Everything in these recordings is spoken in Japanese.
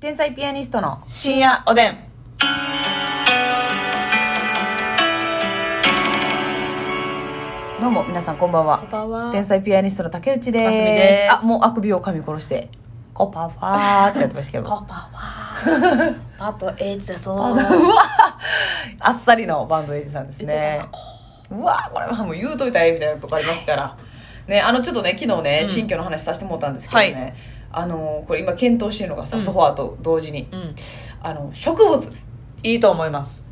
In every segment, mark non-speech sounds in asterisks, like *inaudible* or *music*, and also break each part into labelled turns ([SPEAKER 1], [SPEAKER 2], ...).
[SPEAKER 1] 天才ピアニストの
[SPEAKER 2] 深夜おでん。
[SPEAKER 1] どうも皆さんこんばんは
[SPEAKER 2] ばんは
[SPEAKER 1] 天才ピアニストの竹内です
[SPEAKER 2] かすみです
[SPEAKER 1] あもうあくびを噛み殺してコパパーってやってましたけど
[SPEAKER 2] パパは。あとエイジだぞ。
[SPEAKER 1] うわ *laughs* あっさりのバンドエイジさんです
[SPEAKER 2] 言って
[SPEAKER 1] ね
[SPEAKER 2] たな
[SPEAKER 1] うわこれはもう言うといたらええみたいなとこありますからねあのちょっとね昨日ね、
[SPEAKER 2] うん
[SPEAKER 1] 新居の話させてもらったんですけどね、
[SPEAKER 2] は
[SPEAKER 1] あのこれ今検討してるのがさ、
[SPEAKER 2] うん
[SPEAKER 1] ソファーと同時に
[SPEAKER 2] うん。
[SPEAKER 1] あの植物
[SPEAKER 2] いいと思います。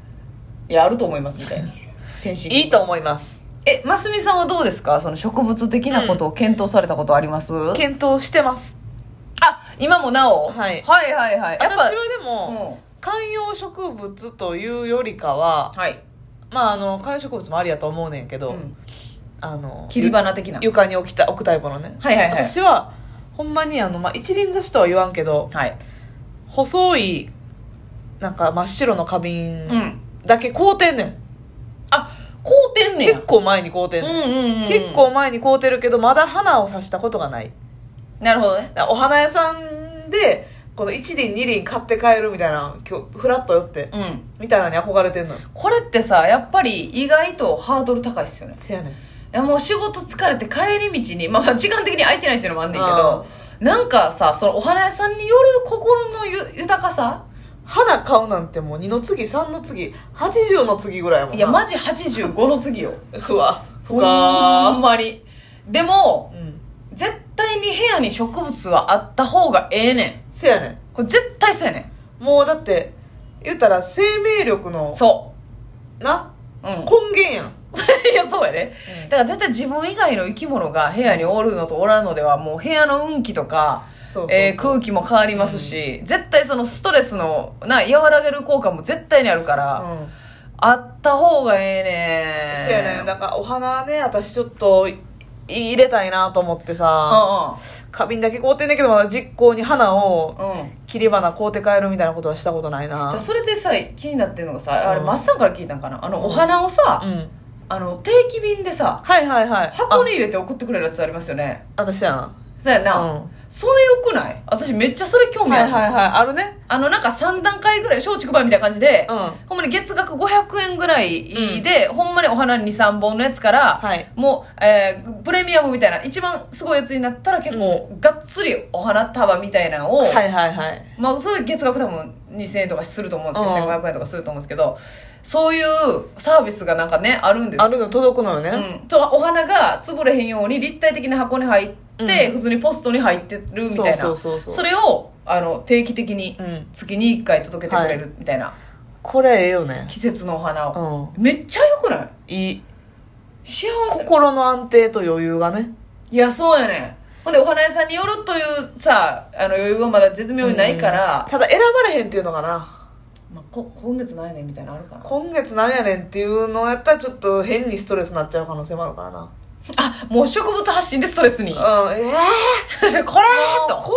[SPEAKER 1] いやあると思いますみた
[SPEAKER 2] *laughs*
[SPEAKER 1] いな天心
[SPEAKER 2] いいと思います。
[SPEAKER 1] えますみさんはどうですかその植物的なことを検討されたことあります、
[SPEAKER 2] 検討してます。
[SPEAKER 1] あ今もなお、
[SPEAKER 2] はい
[SPEAKER 1] はいはいはいやっ
[SPEAKER 2] 私
[SPEAKER 1] ぱ
[SPEAKER 2] はでも、
[SPEAKER 1] う
[SPEAKER 2] 観葉植物というよりかは
[SPEAKER 1] ん、はい、
[SPEAKER 2] まああの、観葉植物もありやと思うねんけ
[SPEAKER 1] う
[SPEAKER 2] ど、
[SPEAKER 1] ん、
[SPEAKER 2] あの、
[SPEAKER 1] 切り花的なはい
[SPEAKER 2] 床に置きた、置くタイプのね。
[SPEAKER 1] はいはい
[SPEAKER 2] 私は、ほんまにあの、まあ、一輪挿しとは言わんけど、
[SPEAKER 1] はい
[SPEAKER 2] 細い、なんか真っ白の花
[SPEAKER 1] う
[SPEAKER 2] 瓶
[SPEAKER 1] ん
[SPEAKER 2] だけ買うてんねん。
[SPEAKER 1] あ買うてんねや
[SPEAKER 2] 結構前に買うてんねん。
[SPEAKER 1] うんうん、うん、
[SPEAKER 2] 結構前に買うてるけどまだ花を刺したことがない
[SPEAKER 1] なるほどね
[SPEAKER 2] お花屋さんでこの1輪2輪買って帰るみたいな今日フラッと寄って、
[SPEAKER 1] うん
[SPEAKER 2] みたいなのに憧れてんのよ
[SPEAKER 1] これってさやっぱり意外とハードル高いっすよね
[SPEAKER 2] せやねん
[SPEAKER 1] いやもう仕事疲れて帰り道にまあまあ時間的に空いてないっていうのもあんねんけどなんかさそのお花屋さんによる心のゆ豊かさ
[SPEAKER 2] 花買うなんてもう2の次3の次80の次ぐらいやもんない
[SPEAKER 1] やマジ85の次よ
[SPEAKER 2] うわ
[SPEAKER 1] ほん
[SPEAKER 2] ふか
[SPEAKER 1] まにでも
[SPEAKER 2] ーうん
[SPEAKER 1] 絶対に部屋に植物はあった方がええねん
[SPEAKER 2] せやね
[SPEAKER 1] これ絶対そうやね
[SPEAKER 2] んもうだって言ったら生命力の
[SPEAKER 1] んそ
[SPEAKER 2] な
[SPEAKER 1] ううん *laughs*
[SPEAKER 2] 根源やん
[SPEAKER 1] いやそうやね
[SPEAKER 2] うん
[SPEAKER 1] だから絶対自分以外の生き物が部屋におるのとおらんのではもう部屋の運気とか
[SPEAKER 2] そうそうそう、
[SPEAKER 1] えー空気も変わりますし、絶対そのストレスのな和らげる効果も絶対にあるから、
[SPEAKER 2] うん
[SPEAKER 1] あった方がええねん
[SPEAKER 2] そうやねんだからお花ね私ちょっとい入れたいなと思ってさ、
[SPEAKER 1] う
[SPEAKER 2] 花瓶だけ凍ってんねんけどまだ実行に花
[SPEAKER 1] ん
[SPEAKER 2] を
[SPEAKER 1] うんうん
[SPEAKER 2] 切り花凍って帰るみたいなことはしたことないな
[SPEAKER 1] じゃあそれでさ気になってるのがさあれ
[SPEAKER 2] うん
[SPEAKER 1] マッサンから聞いたんかなあのお花をさ、
[SPEAKER 2] うん
[SPEAKER 1] あの定期便でさ
[SPEAKER 2] はいはいはい
[SPEAKER 1] 箱
[SPEAKER 2] あ
[SPEAKER 1] に入れて送ってくれるやつありますよね
[SPEAKER 2] 私やな
[SPEAKER 1] そうやな、
[SPEAKER 2] うん
[SPEAKER 1] それよくない私めっちゃそれ興味あ
[SPEAKER 2] はい
[SPEAKER 1] る、
[SPEAKER 2] はいはいあるね
[SPEAKER 1] あのなんか3段階ぐらい松竹梅みたいな感じで、
[SPEAKER 2] うん
[SPEAKER 1] ほんまに月額500円ぐらいで、ほんまにお花23本のやつから、
[SPEAKER 2] はい
[SPEAKER 1] もう、えープレミアムみたいな一番すごいやつになったら結構、がっつりお花束みたいなのを、
[SPEAKER 2] はいはいはい
[SPEAKER 1] まあ、それ月額多分2000円とかすると思うんですけど、
[SPEAKER 2] うん
[SPEAKER 1] 1500円とかすると思うんですけどそういうサービスがなんかねあるんですよ
[SPEAKER 2] あるの届くのよね、
[SPEAKER 1] うん、とお花が潰れへんように立体的な箱に入って、
[SPEAKER 2] うん
[SPEAKER 1] 普通にポストに入ってるみたいな
[SPEAKER 2] そうそうそうそう
[SPEAKER 1] それをあの定期的に
[SPEAKER 2] うん
[SPEAKER 1] 月に1回届けてくれ
[SPEAKER 2] は
[SPEAKER 1] るみたいな、
[SPEAKER 2] これええよね
[SPEAKER 1] 季節のお花
[SPEAKER 2] う
[SPEAKER 1] を、
[SPEAKER 2] ん
[SPEAKER 1] めっちゃよくない
[SPEAKER 2] いい
[SPEAKER 1] 幸せ
[SPEAKER 2] 心の安定と余裕がね
[SPEAKER 1] いやそうやねんほんでお花屋さんによるというさあの余裕はまだ絶妙にないから、
[SPEAKER 2] ただ選ばれへんっていうのかな
[SPEAKER 1] まあ、こ今月ないねんみたいなのあるかな
[SPEAKER 2] 今月なんやねんっていうのやったらちょっと変にストレスになっちゃう可能性もあるからな
[SPEAKER 1] あもう植物発信でストレス
[SPEAKER 2] *laughs*
[SPEAKER 1] にこ
[SPEAKER 2] うん、ええ
[SPEAKER 1] れー
[SPEAKER 2] もう
[SPEAKER 1] と
[SPEAKER 2] こ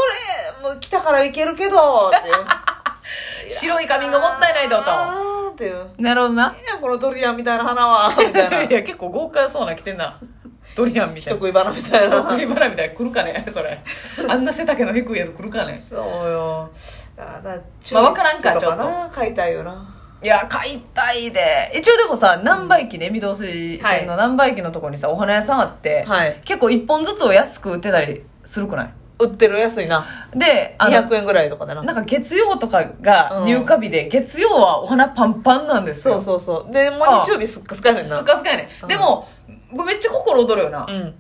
[SPEAKER 2] れ、もう来たからいけるけど、っ
[SPEAKER 1] *laughs*
[SPEAKER 2] ていう。
[SPEAKER 1] 白い髪がもったいないとと
[SPEAKER 2] あーっていう。
[SPEAKER 1] なるほどない
[SPEAKER 2] いやんこのドリアンみたいな花は、みた
[SPEAKER 1] *laughs*
[SPEAKER 2] い
[SPEAKER 1] い
[SPEAKER 2] な。
[SPEAKER 1] や結構豪快そうな着てんなドリアンみた
[SPEAKER 2] 人
[SPEAKER 1] いな
[SPEAKER 2] 食い花み
[SPEAKER 1] *laughs*
[SPEAKER 2] たい
[SPEAKER 1] 得
[SPEAKER 2] な。
[SPEAKER 1] 意花みたいなの来るかねそれあんな背丈の低いやつ来るかね
[SPEAKER 2] そうよ。だから、
[SPEAKER 1] まあわからんか
[SPEAKER 2] ちょっとな。買いたいよな。
[SPEAKER 1] いや解体で一応でもさ南波駅ね御堂筋線の南波駅のとこにさお花屋さんあって、
[SPEAKER 2] はい
[SPEAKER 1] 結構1本ずつを安く売ってたりするくない
[SPEAKER 2] 売ってる安いな。
[SPEAKER 1] であの
[SPEAKER 2] 200円ぐらいとかでな。
[SPEAKER 1] なんか月曜とかが入荷日で、月曜はお花パンパンなんです
[SPEAKER 2] そ
[SPEAKER 1] よ
[SPEAKER 2] うそうそう。で、もう日曜日すっかすかやねん
[SPEAKER 1] す
[SPEAKER 2] な
[SPEAKER 1] っ。かすかやね、
[SPEAKER 2] うん
[SPEAKER 1] ん、でもめっちゃ心躍るよな、も
[SPEAKER 2] う。
[SPEAKER 1] うん
[SPEAKER 2] もう
[SPEAKER 1] い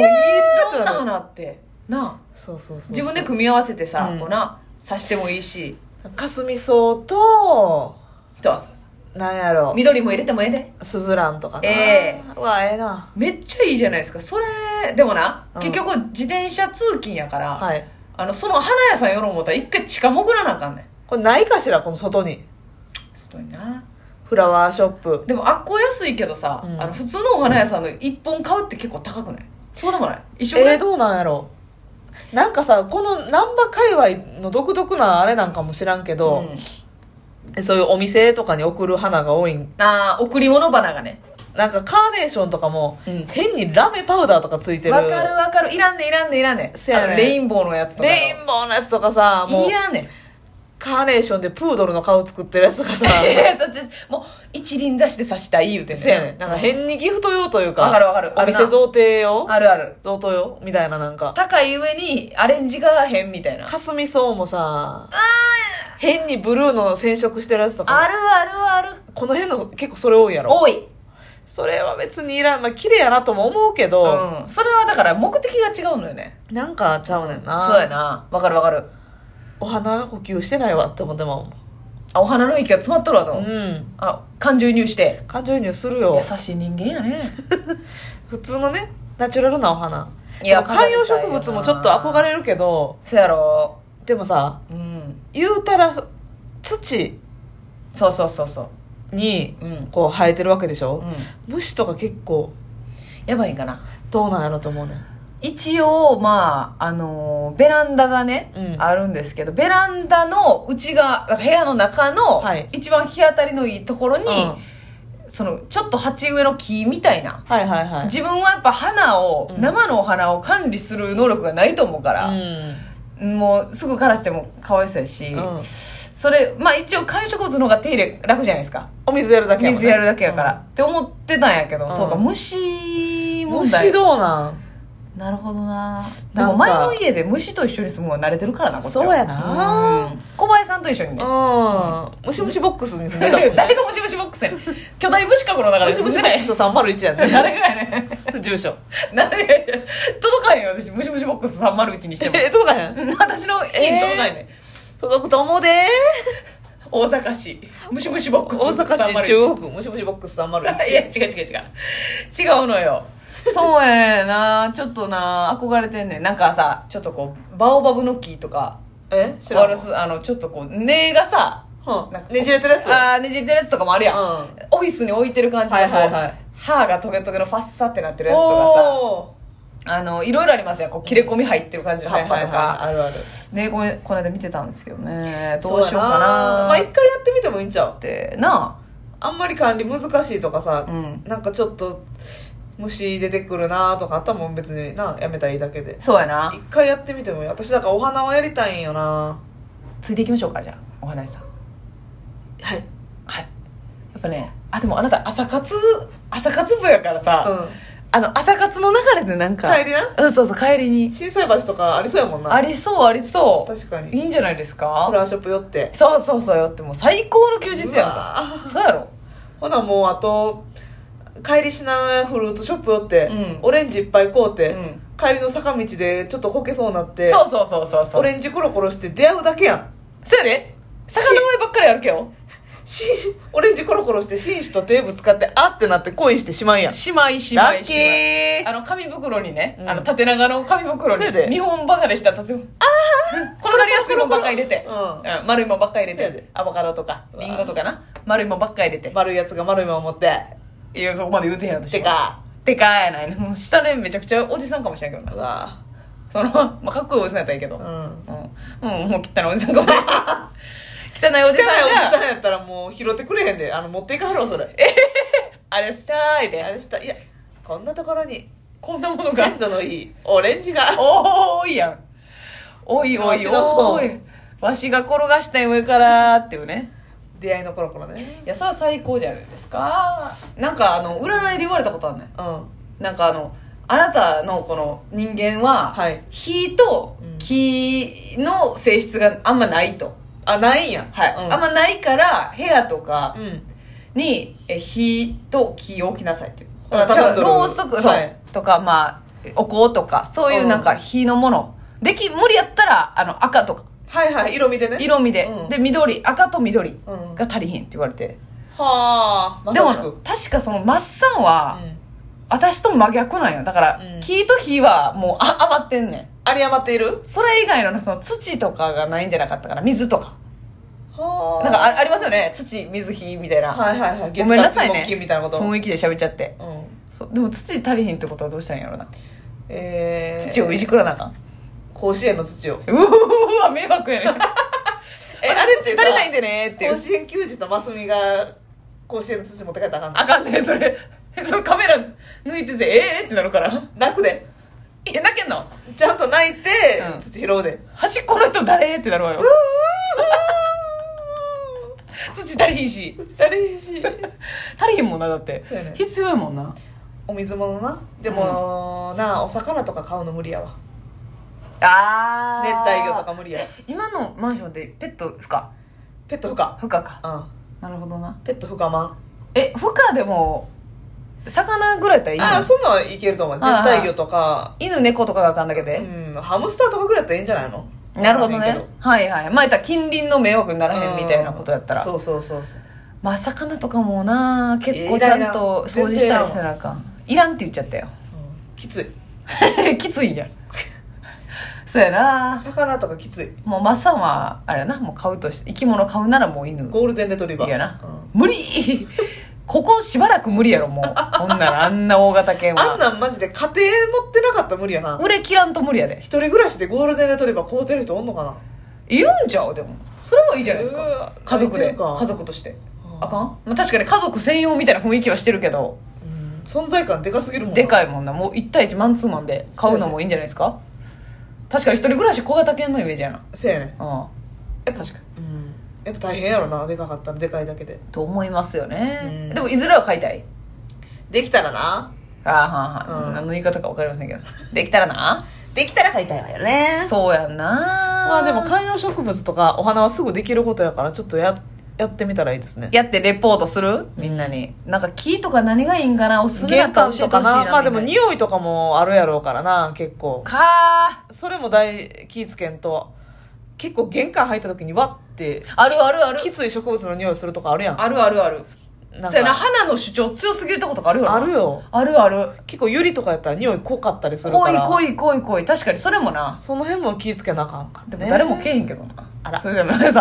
[SPEAKER 2] 言え
[SPEAKER 1] ろんな
[SPEAKER 2] なくなる。
[SPEAKER 1] 花ってなあ
[SPEAKER 2] そうそうそう。
[SPEAKER 1] 自分で組み合わせてさ、
[SPEAKER 2] うん
[SPEAKER 1] こうな刺してもいいし
[SPEAKER 2] かすみそうと、
[SPEAKER 1] そうそうそう
[SPEAKER 2] なんやろ、
[SPEAKER 1] 緑も入れてもええです
[SPEAKER 2] ずらんとかな。
[SPEAKER 1] え
[SPEAKER 2] うわ、ええな。
[SPEAKER 1] めっちゃいいじゃないですかそれでもな、
[SPEAKER 2] うん
[SPEAKER 1] 結局自転車通勤やから、
[SPEAKER 2] はい。
[SPEAKER 1] あのその花屋さんよろう思ったら一回地下潜らなあかんねん
[SPEAKER 2] これないかしらこの外に。
[SPEAKER 1] 外にな
[SPEAKER 2] フラワーショップ。
[SPEAKER 1] でもあっこ安いけどさ、
[SPEAKER 2] うん
[SPEAKER 1] あの普通のお花屋さんの1本買うって結構高くないそうでもない一緒ぐら
[SPEAKER 2] え
[SPEAKER 1] い、
[SPEAKER 2] ー、どうなんやろなんかさ、この難波界隈の独特なあれなんかも知らんけど、
[SPEAKER 1] うん
[SPEAKER 2] そういうお店とかに送る花が多いん。
[SPEAKER 1] あー贈り物花がね
[SPEAKER 2] なんかカーネーションとかも、
[SPEAKER 1] うん
[SPEAKER 2] 変にラメパウダーとかついてる。
[SPEAKER 1] わかるわかるいらんねんいらんねんいらんねん
[SPEAKER 2] せやねん
[SPEAKER 1] あのレインボーのやつとかの
[SPEAKER 2] レインボーのやつとかさ、もう
[SPEAKER 1] い、らんねん
[SPEAKER 2] カーネーションでプードルの顔作ってるやつ
[SPEAKER 1] *laughs*
[SPEAKER 2] とかさ
[SPEAKER 1] いやいやそっちもう一輪差しで刺したい言うてん
[SPEAKER 2] せやねんなんか変にギフト用というか
[SPEAKER 1] わかるわかる
[SPEAKER 2] お店贈呈用
[SPEAKER 1] あるある
[SPEAKER 2] 贈答用みたいななんか
[SPEAKER 1] 高い上にアレンジが変みたいな
[SPEAKER 2] かすみそうもさ変にブルーの染色してるやつとか
[SPEAKER 1] あるあるある
[SPEAKER 2] この辺の結構それ多いやろ
[SPEAKER 1] 多い
[SPEAKER 2] それは別にいらんまあ綺麗やなとも思うけ
[SPEAKER 1] う
[SPEAKER 2] ど、
[SPEAKER 1] んそれはだから目的が違うのよね
[SPEAKER 2] なんかちゃうねんな
[SPEAKER 1] そうやなわかるわかる
[SPEAKER 2] お花が呼吸してないわって思ってまうもん
[SPEAKER 1] あお花の息が詰まっとるわと思う、
[SPEAKER 2] うん
[SPEAKER 1] あ感情移入して
[SPEAKER 2] 感情移入するよ
[SPEAKER 1] 優しい人間やね
[SPEAKER 2] 普通のねナチュラルなお花
[SPEAKER 1] いや
[SPEAKER 2] でも観葉植物もちょっと憧れるけど
[SPEAKER 1] そやろ
[SPEAKER 2] でもさ
[SPEAKER 1] うん
[SPEAKER 2] 言うたら土
[SPEAKER 1] そうそうそうそ
[SPEAKER 2] に
[SPEAKER 1] ううん、
[SPEAKER 2] こう生えてるわけでし
[SPEAKER 1] う
[SPEAKER 2] ょ、
[SPEAKER 1] ん、
[SPEAKER 2] 虫とか結構
[SPEAKER 1] やばいんかな
[SPEAKER 2] どうなんやろと思うねん
[SPEAKER 1] 一応まああのーベランダがね、
[SPEAKER 2] うん
[SPEAKER 1] あるんですけどベランダの内側だから部屋の中の
[SPEAKER 2] はい
[SPEAKER 1] 一番日当たりのいいところに、
[SPEAKER 2] うん
[SPEAKER 1] そのちょっと鉢植えの木みたいな
[SPEAKER 2] はいはいはい
[SPEAKER 1] 自分はやっぱ花を、
[SPEAKER 2] うん
[SPEAKER 1] 生のお花を管理する能力がないと思うから、もうすぐ枯らしてもかわいそうやし、
[SPEAKER 2] うんうん、
[SPEAKER 1] それまあ一応観葉植物の方が手入れ楽じゃないですか
[SPEAKER 2] お水やるだけもんね
[SPEAKER 1] 水やるだけやから、、って思ってたんやけど、
[SPEAKER 2] うん
[SPEAKER 1] そうか虫
[SPEAKER 2] うん
[SPEAKER 1] 問題
[SPEAKER 2] 虫どうなん
[SPEAKER 1] なるほどなで
[SPEAKER 2] なんか
[SPEAKER 1] も前の家で虫と一緒に住むのは慣れてるからなこっちは
[SPEAKER 2] そうやな
[SPEAKER 1] うん小林さんと一緒にね
[SPEAKER 2] うん虫虫ボックスに住んでたもん、ね、
[SPEAKER 1] 誰がムシムシボックスやねん巨大虫かこの中で
[SPEAKER 2] 虫
[SPEAKER 1] 住ん
[SPEAKER 2] 虫
[SPEAKER 1] で
[SPEAKER 2] ボ
[SPEAKER 1] な
[SPEAKER 2] ッ
[SPEAKER 1] い
[SPEAKER 2] クス301やね
[SPEAKER 1] 誰がやねん
[SPEAKER 2] 住所
[SPEAKER 1] なんで届かへんよ私ムシムシボックス301に
[SPEAKER 2] *laughs*
[SPEAKER 1] しても
[SPEAKER 2] *laughs* え届かへん
[SPEAKER 1] うん私の家に届かへんねん、
[SPEAKER 2] 届くと思うで
[SPEAKER 1] 大阪市ムシムシボックス
[SPEAKER 2] 大阪市中
[SPEAKER 1] 301
[SPEAKER 2] 央区ムシムシボックス301
[SPEAKER 1] いや違う違う違う違うのよそうやねんなちょっとな憧れてんねんなんかさちょっとこうバオバブの木とか
[SPEAKER 2] え知らん
[SPEAKER 1] ワルスあのちょっとこう根がさ
[SPEAKER 2] は
[SPEAKER 1] なんか
[SPEAKER 2] あねじれてるやつ
[SPEAKER 1] あーねじれてるやつとかもあるやん、
[SPEAKER 2] うん
[SPEAKER 1] オフィスに置いてる感じの、
[SPEAKER 2] はいはいはい
[SPEAKER 1] 歯がトゲトゲのファッサってなってるやつとか
[SPEAKER 2] お
[SPEAKER 1] さあのいろいろありますよこう切れ込み入ってる感じ
[SPEAKER 2] ー
[SPEAKER 1] の葉っぱとか、
[SPEAKER 2] はいはいはいあるある
[SPEAKER 1] ねこれこの間見てたんですけどねどうしようかな
[SPEAKER 2] そうやまあ一回やってみてもいいんちゃう
[SPEAKER 1] ってな
[SPEAKER 2] あんまり管理難しいとかさ
[SPEAKER 1] あ、うん
[SPEAKER 2] なんかちょっと虫出てくるなとかあったらもん別になやめたらいいだけで
[SPEAKER 1] そうやな
[SPEAKER 2] 一回やってみてもいい私だからお花はやりたいんよな
[SPEAKER 1] ついていきましょうかじゃあお花屋さん
[SPEAKER 2] はい
[SPEAKER 1] はい。やっぱね、あ、でもあなた朝活、朝活部やからさ、
[SPEAKER 2] う
[SPEAKER 1] あの、朝活の流れでなんか、
[SPEAKER 2] ん帰りな
[SPEAKER 1] うん、そうそう、帰りに。
[SPEAKER 2] 心斎橋とかありそうやもんな
[SPEAKER 1] ありそう、ありそう。
[SPEAKER 2] 確か
[SPEAKER 1] い
[SPEAKER 2] に
[SPEAKER 1] いんじゃないです
[SPEAKER 2] フ
[SPEAKER 1] か
[SPEAKER 2] ラワーショップ寄って
[SPEAKER 1] そうそうそうよって、もう最高の休日やんか。
[SPEAKER 2] うわー
[SPEAKER 1] そうやろ。
[SPEAKER 2] ほなもうあと帰りしなフルーツショップ寄って、
[SPEAKER 1] うん
[SPEAKER 2] オレンジいっぱい買うて、
[SPEAKER 1] うん
[SPEAKER 2] 帰りの坂道でちょっとこけそうになって
[SPEAKER 1] そうそうそうそうそ
[SPEAKER 2] オ
[SPEAKER 1] う。
[SPEAKER 2] レンジコロコロして出会うだけやん
[SPEAKER 1] そうやで。坂の上ばっかり歩けよ。
[SPEAKER 2] しオレンジコロコロして紳士と手ぶつかってあってなって恋してしまいやん
[SPEAKER 1] しまいし
[SPEAKER 2] ラ
[SPEAKER 1] ま
[SPEAKER 2] ッ
[SPEAKER 1] い
[SPEAKER 2] キ
[SPEAKER 1] しまい。あ
[SPEAKER 2] ー
[SPEAKER 1] の、紙袋にね、
[SPEAKER 2] うん
[SPEAKER 1] あの、縦長の紙袋
[SPEAKER 2] そうやで
[SPEAKER 1] に、日本離れした縦、あ *laughs* あ転がりやすいもんばっかり入れて、
[SPEAKER 2] うん
[SPEAKER 1] うん丸いもんばっかり入
[SPEAKER 2] そう
[SPEAKER 1] れ
[SPEAKER 2] や
[SPEAKER 1] て
[SPEAKER 2] で、
[SPEAKER 1] アボカドとか、リンゴとかな、丸いもんばっかり入れて、
[SPEAKER 2] 丸いやつが丸いまま持って
[SPEAKER 1] いや、そこまで言うてへんや私
[SPEAKER 2] て
[SPEAKER 1] も。
[SPEAKER 2] か
[SPEAKER 1] でかいないの。下でめちゃくちゃおじさんかもしれんけどな
[SPEAKER 2] う。わ
[SPEAKER 1] その、まあ、かっこいいおじさんやったらいいけど。
[SPEAKER 2] う
[SPEAKER 1] うんん。
[SPEAKER 2] 汚
[SPEAKER 1] うん、もう汚いおじ
[SPEAKER 2] *laughs*
[SPEAKER 1] さんかもしれん。汚いお
[SPEAKER 2] いお
[SPEAKER 1] じ
[SPEAKER 2] じ
[SPEAKER 1] さんが、
[SPEAKER 2] さんやったらもう拾ってくれへんであの持っていかはるわそれ
[SPEAKER 1] あれしたーいっ
[SPEAKER 2] あ
[SPEAKER 1] て、
[SPEAKER 2] れしたいやこんなところに
[SPEAKER 1] こんなものが
[SPEAKER 2] 鮮、度のいいオレンジが
[SPEAKER 1] おーいやん。おいおい
[SPEAKER 2] わしの
[SPEAKER 1] おい。わしが転がしたん上からっていうね。
[SPEAKER 2] 出会いのコロコロね
[SPEAKER 1] いや、それは最高じゃないですか。なんか、あの、占いで言われたことあんねん。
[SPEAKER 2] うん
[SPEAKER 1] なんかあの、あなたのこの人間は、
[SPEAKER 2] はい
[SPEAKER 1] 火と
[SPEAKER 2] うん
[SPEAKER 1] 木の性質があんまないと。
[SPEAKER 2] あないんや
[SPEAKER 1] はい。
[SPEAKER 2] うん、
[SPEAKER 1] あんまないから、部屋とか
[SPEAKER 2] うん
[SPEAKER 1] に、え火と木を置きなさいっていう。
[SPEAKER 2] うん
[SPEAKER 1] だから多
[SPEAKER 2] キャ
[SPEAKER 1] 分、
[SPEAKER 2] ンドル
[SPEAKER 1] ろうそく、そう、
[SPEAKER 2] はい
[SPEAKER 1] とか、まあ、お香とか、そういうなんか火のもの。でき、無理やったら、あの、赤とか、
[SPEAKER 2] はいはい色味でね
[SPEAKER 1] 色味で、
[SPEAKER 2] うん
[SPEAKER 1] で、緑、赤と緑
[SPEAKER 2] うん
[SPEAKER 1] が足りひんって言われて。
[SPEAKER 2] はあま
[SPEAKER 1] でも
[SPEAKER 2] さ
[SPEAKER 1] な、
[SPEAKER 2] し
[SPEAKER 1] 確
[SPEAKER 2] く
[SPEAKER 1] かその、マッサンは、
[SPEAKER 2] うん
[SPEAKER 1] 私と真逆なんよだから、
[SPEAKER 2] うん
[SPEAKER 1] 木と火はもうあ余ってんねん
[SPEAKER 2] 有り余っている
[SPEAKER 1] それ以外のなその土とかがないんじゃなかったから水とか
[SPEAKER 2] は
[SPEAKER 1] なんかあありますよね土水火みたいな、
[SPEAKER 2] はいはいはい
[SPEAKER 1] ごめんなさいね
[SPEAKER 2] 月火水木金みたいなこと
[SPEAKER 1] 雰囲気で喋っちゃって
[SPEAKER 2] うん
[SPEAKER 1] そうでも土足りひんってことはどうしたらいいんやろな
[SPEAKER 2] えー、
[SPEAKER 1] 土をいじくらなあかん、
[SPEAKER 2] 甲子園の土を
[SPEAKER 1] うーわ迷惑やね
[SPEAKER 2] えあれって
[SPEAKER 1] 土足
[SPEAKER 2] さ
[SPEAKER 1] りないんでねってい
[SPEAKER 2] 甲
[SPEAKER 1] う
[SPEAKER 2] 子園球児と真澄が甲子園の土持って帰ったらあかん
[SPEAKER 1] あかんねそれそのカメラ抜いててええー、ってなるから
[SPEAKER 2] 泣くで
[SPEAKER 1] いや泣けんの
[SPEAKER 2] ちゃんと泣いて、
[SPEAKER 1] うん
[SPEAKER 2] 土拾うで
[SPEAKER 1] 端っこの人誰ってなるわよ土足りひんし
[SPEAKER 2] 足りんし
[SPEAKER 1] 足りひんもんなだって
[SPEAKER 2] そうやね
[SPEAKER 1] 必要やもんな
[SPEAKER 2] お水物なでも、なあお魚とか買うの無理やわ
[SPEAKER 1] あ
[SPEAKER 2] 熱帯魚とか無理や
[SPEAKER 1] 今のマンションでペット不可
[SPEAKER 2] ペット不可
[SPEAKER 1] 不可か
[SPEAKER 2] うん
[SPEAKER 1] なるほどな
[SPEAKER 2] ペット不可マ
[SPEAKER 1] え不可でも魚ぐらいやったらいい
[SPEAKER 2] ンああ
[SPEAKER 1] の
[SPEAKER 2] そんなんはいけると思う熱
[SPEAKER 1] はいはい
[SPEAKER 2] 帯魚とか
[SPEAKER 1] 犬猫とかだったんだけ
[SPEAKER 2] う
[SPEAKER 1] で、
[SPEAKER 2] んハムスターとかぐらいやったらいいんじゃないの
[SPEAKER 1] なるほど
[SPEAKER 2] わかんない
[SPEAKER 1] ねはいはいまあ言ったら近隣の迷惑になら
[SPEAKER 2] けど
[SPEAKER 1] へんみたいなことやったら
[SPEAKER 2] そうそうそう
[SPEAKER 1] まあ魚とかもな結構
[SPEAKER 2] い
[SPEAKER 1] ち
[SPEAKER 2] や
[SPEAKER 1] ゃ
[SPEAKER 2] いらん
[SPEAKER 1] んと掃除したりせなあかんいらんって言っちゃったよ *laughs*
[SPEAKER 2] うんきつい
[SPEAKER 1] きついやん *laughs* そうやな
[SPEAKER 2] 魚とかきつい
[SPEAKER 1] もうマッサンはあれやなもう買うとし生き物買うならもう犬
[SPEAKER 2] ゴールデンレトリバー
[SPEAKER 1] いいやな
[SPEAKER 2] うん
[SPEAKER 1] 無理 *laughs* ここしばらく無理やろもうほんならあんな大型犬
[SPEAKER 2] あん
[SPEAKER 1] は
[SPEAKER 2] なんマジで家庭持ってなかったら無理やな
[SPEAKER 1] 売れ切らんと無理やで
[SPEAKER 2] 一人暮らしでゴールデンレトリバー買うてる人おんのかない
[SPEAKER 1] るんちゃうでもそれはいいじゃないです
[SPEAKER 2] う
[SPEAKER 1] か
[SPEAKER 2] わ
[SPEAKER 1] 家族
[SPEAKER 2] 空い
[SPEAKER 1] で
[SPEAKER 2] てるか
[SPEAKER 1] 家族として
[SPEAKER 2] うん
[SPEAKER 1] あかん、まあ、確かに家族専用みたいな雰囲気はしてるけど
[SPEAKER 2] うん存在感でかすぎるもん
[SPEAKER 1] でか
[SPEAKER 2] い
[SPEAKER 1] いもんなもう1対1マンツーマンで買うのもいいんじゃないですか確かに一人暮らし小型犬のイメージやな
[SPEAKER 2] せやね
[SPEAKER 1] うん
[SPEAKER 2] やっぱ
[SPEAKER 1] 確かに
[SPEAKER 2] うんやっぱ大変やろなでかかったらでかいだけで
[SPEAKER 1] と思いますよ
[SPEAKER 2] う
[SPEAKER 1] ね
[SPEAKER 2] ん
[SPEAKER 1] でもいずれは買いたい
[SPEAKER 2] できたらな
[SPEAKER 1] あーはーはー、
[SPEAKER 2] うん
[SPEAKER 1] 何の言い方か分かりませんけどできたらな
[SPEAKER 2] できたら買いたいわよね
[SPEAKER 1] そうやんな
[SPEAKER 2] まあでも観葉植物とかお花はすぐできることやからちょっとややってみたらいいですね
[SPEAKER 1] やってレポートするみんなに、なんか木とか何がいいんかなおすすめだ
[SPEAKER 2] 玄
[SPEAKER 1] ったら
[SPEAKER 2] 関
[SPEAKER 1] 教え
[SPEAKER 2] と
[SPEAKER 1] て
[SPEAKER 2] か
[SPEAKER 1] ほしいな
[SPEAKER 2] なまあでも
[SPEAKER 1] みんなに
[SPEAKER 2] 匂いとかもあるやろうからな結構
[SPEAKER 1] か
[SPEAKER 2] それも大気ぃつけんと結構玄関入った時にわって
[SPEAKER 1] ーあるあるある
[SPEAKER 2] きつい植物の匂いするとかあるやん
[SPEAKER 1] あるあるある
[SPEAKER 2] なん
[SPEAKER 1] そうやな
[SPEAKER 2] か
[SPEAKER 1] 花の主張強すぎるとことかあるよな
[SPEAKER 2] あるよ
[SPEAKER 1] あるある
[SPEAKER 2] 結構ユリとかやったら匂い濃かったりする
[SPEAKER 1] 濃
[SPEAKER 2] か
[SPEAKER 1] い
[SPEAKER 2] ら
[SPEAKER 1] 濃い濃い濃い確かにそれもな
[SPEAKER 2] その辺も気ぃつけなあかんから
[SPEAKER 1] で
[SPEAKER 2] ね
[SPEAKER 1] も誰もけえへんけどな、
[SPEAKER 2] あら
[SPEAKER 1] それでも皆さん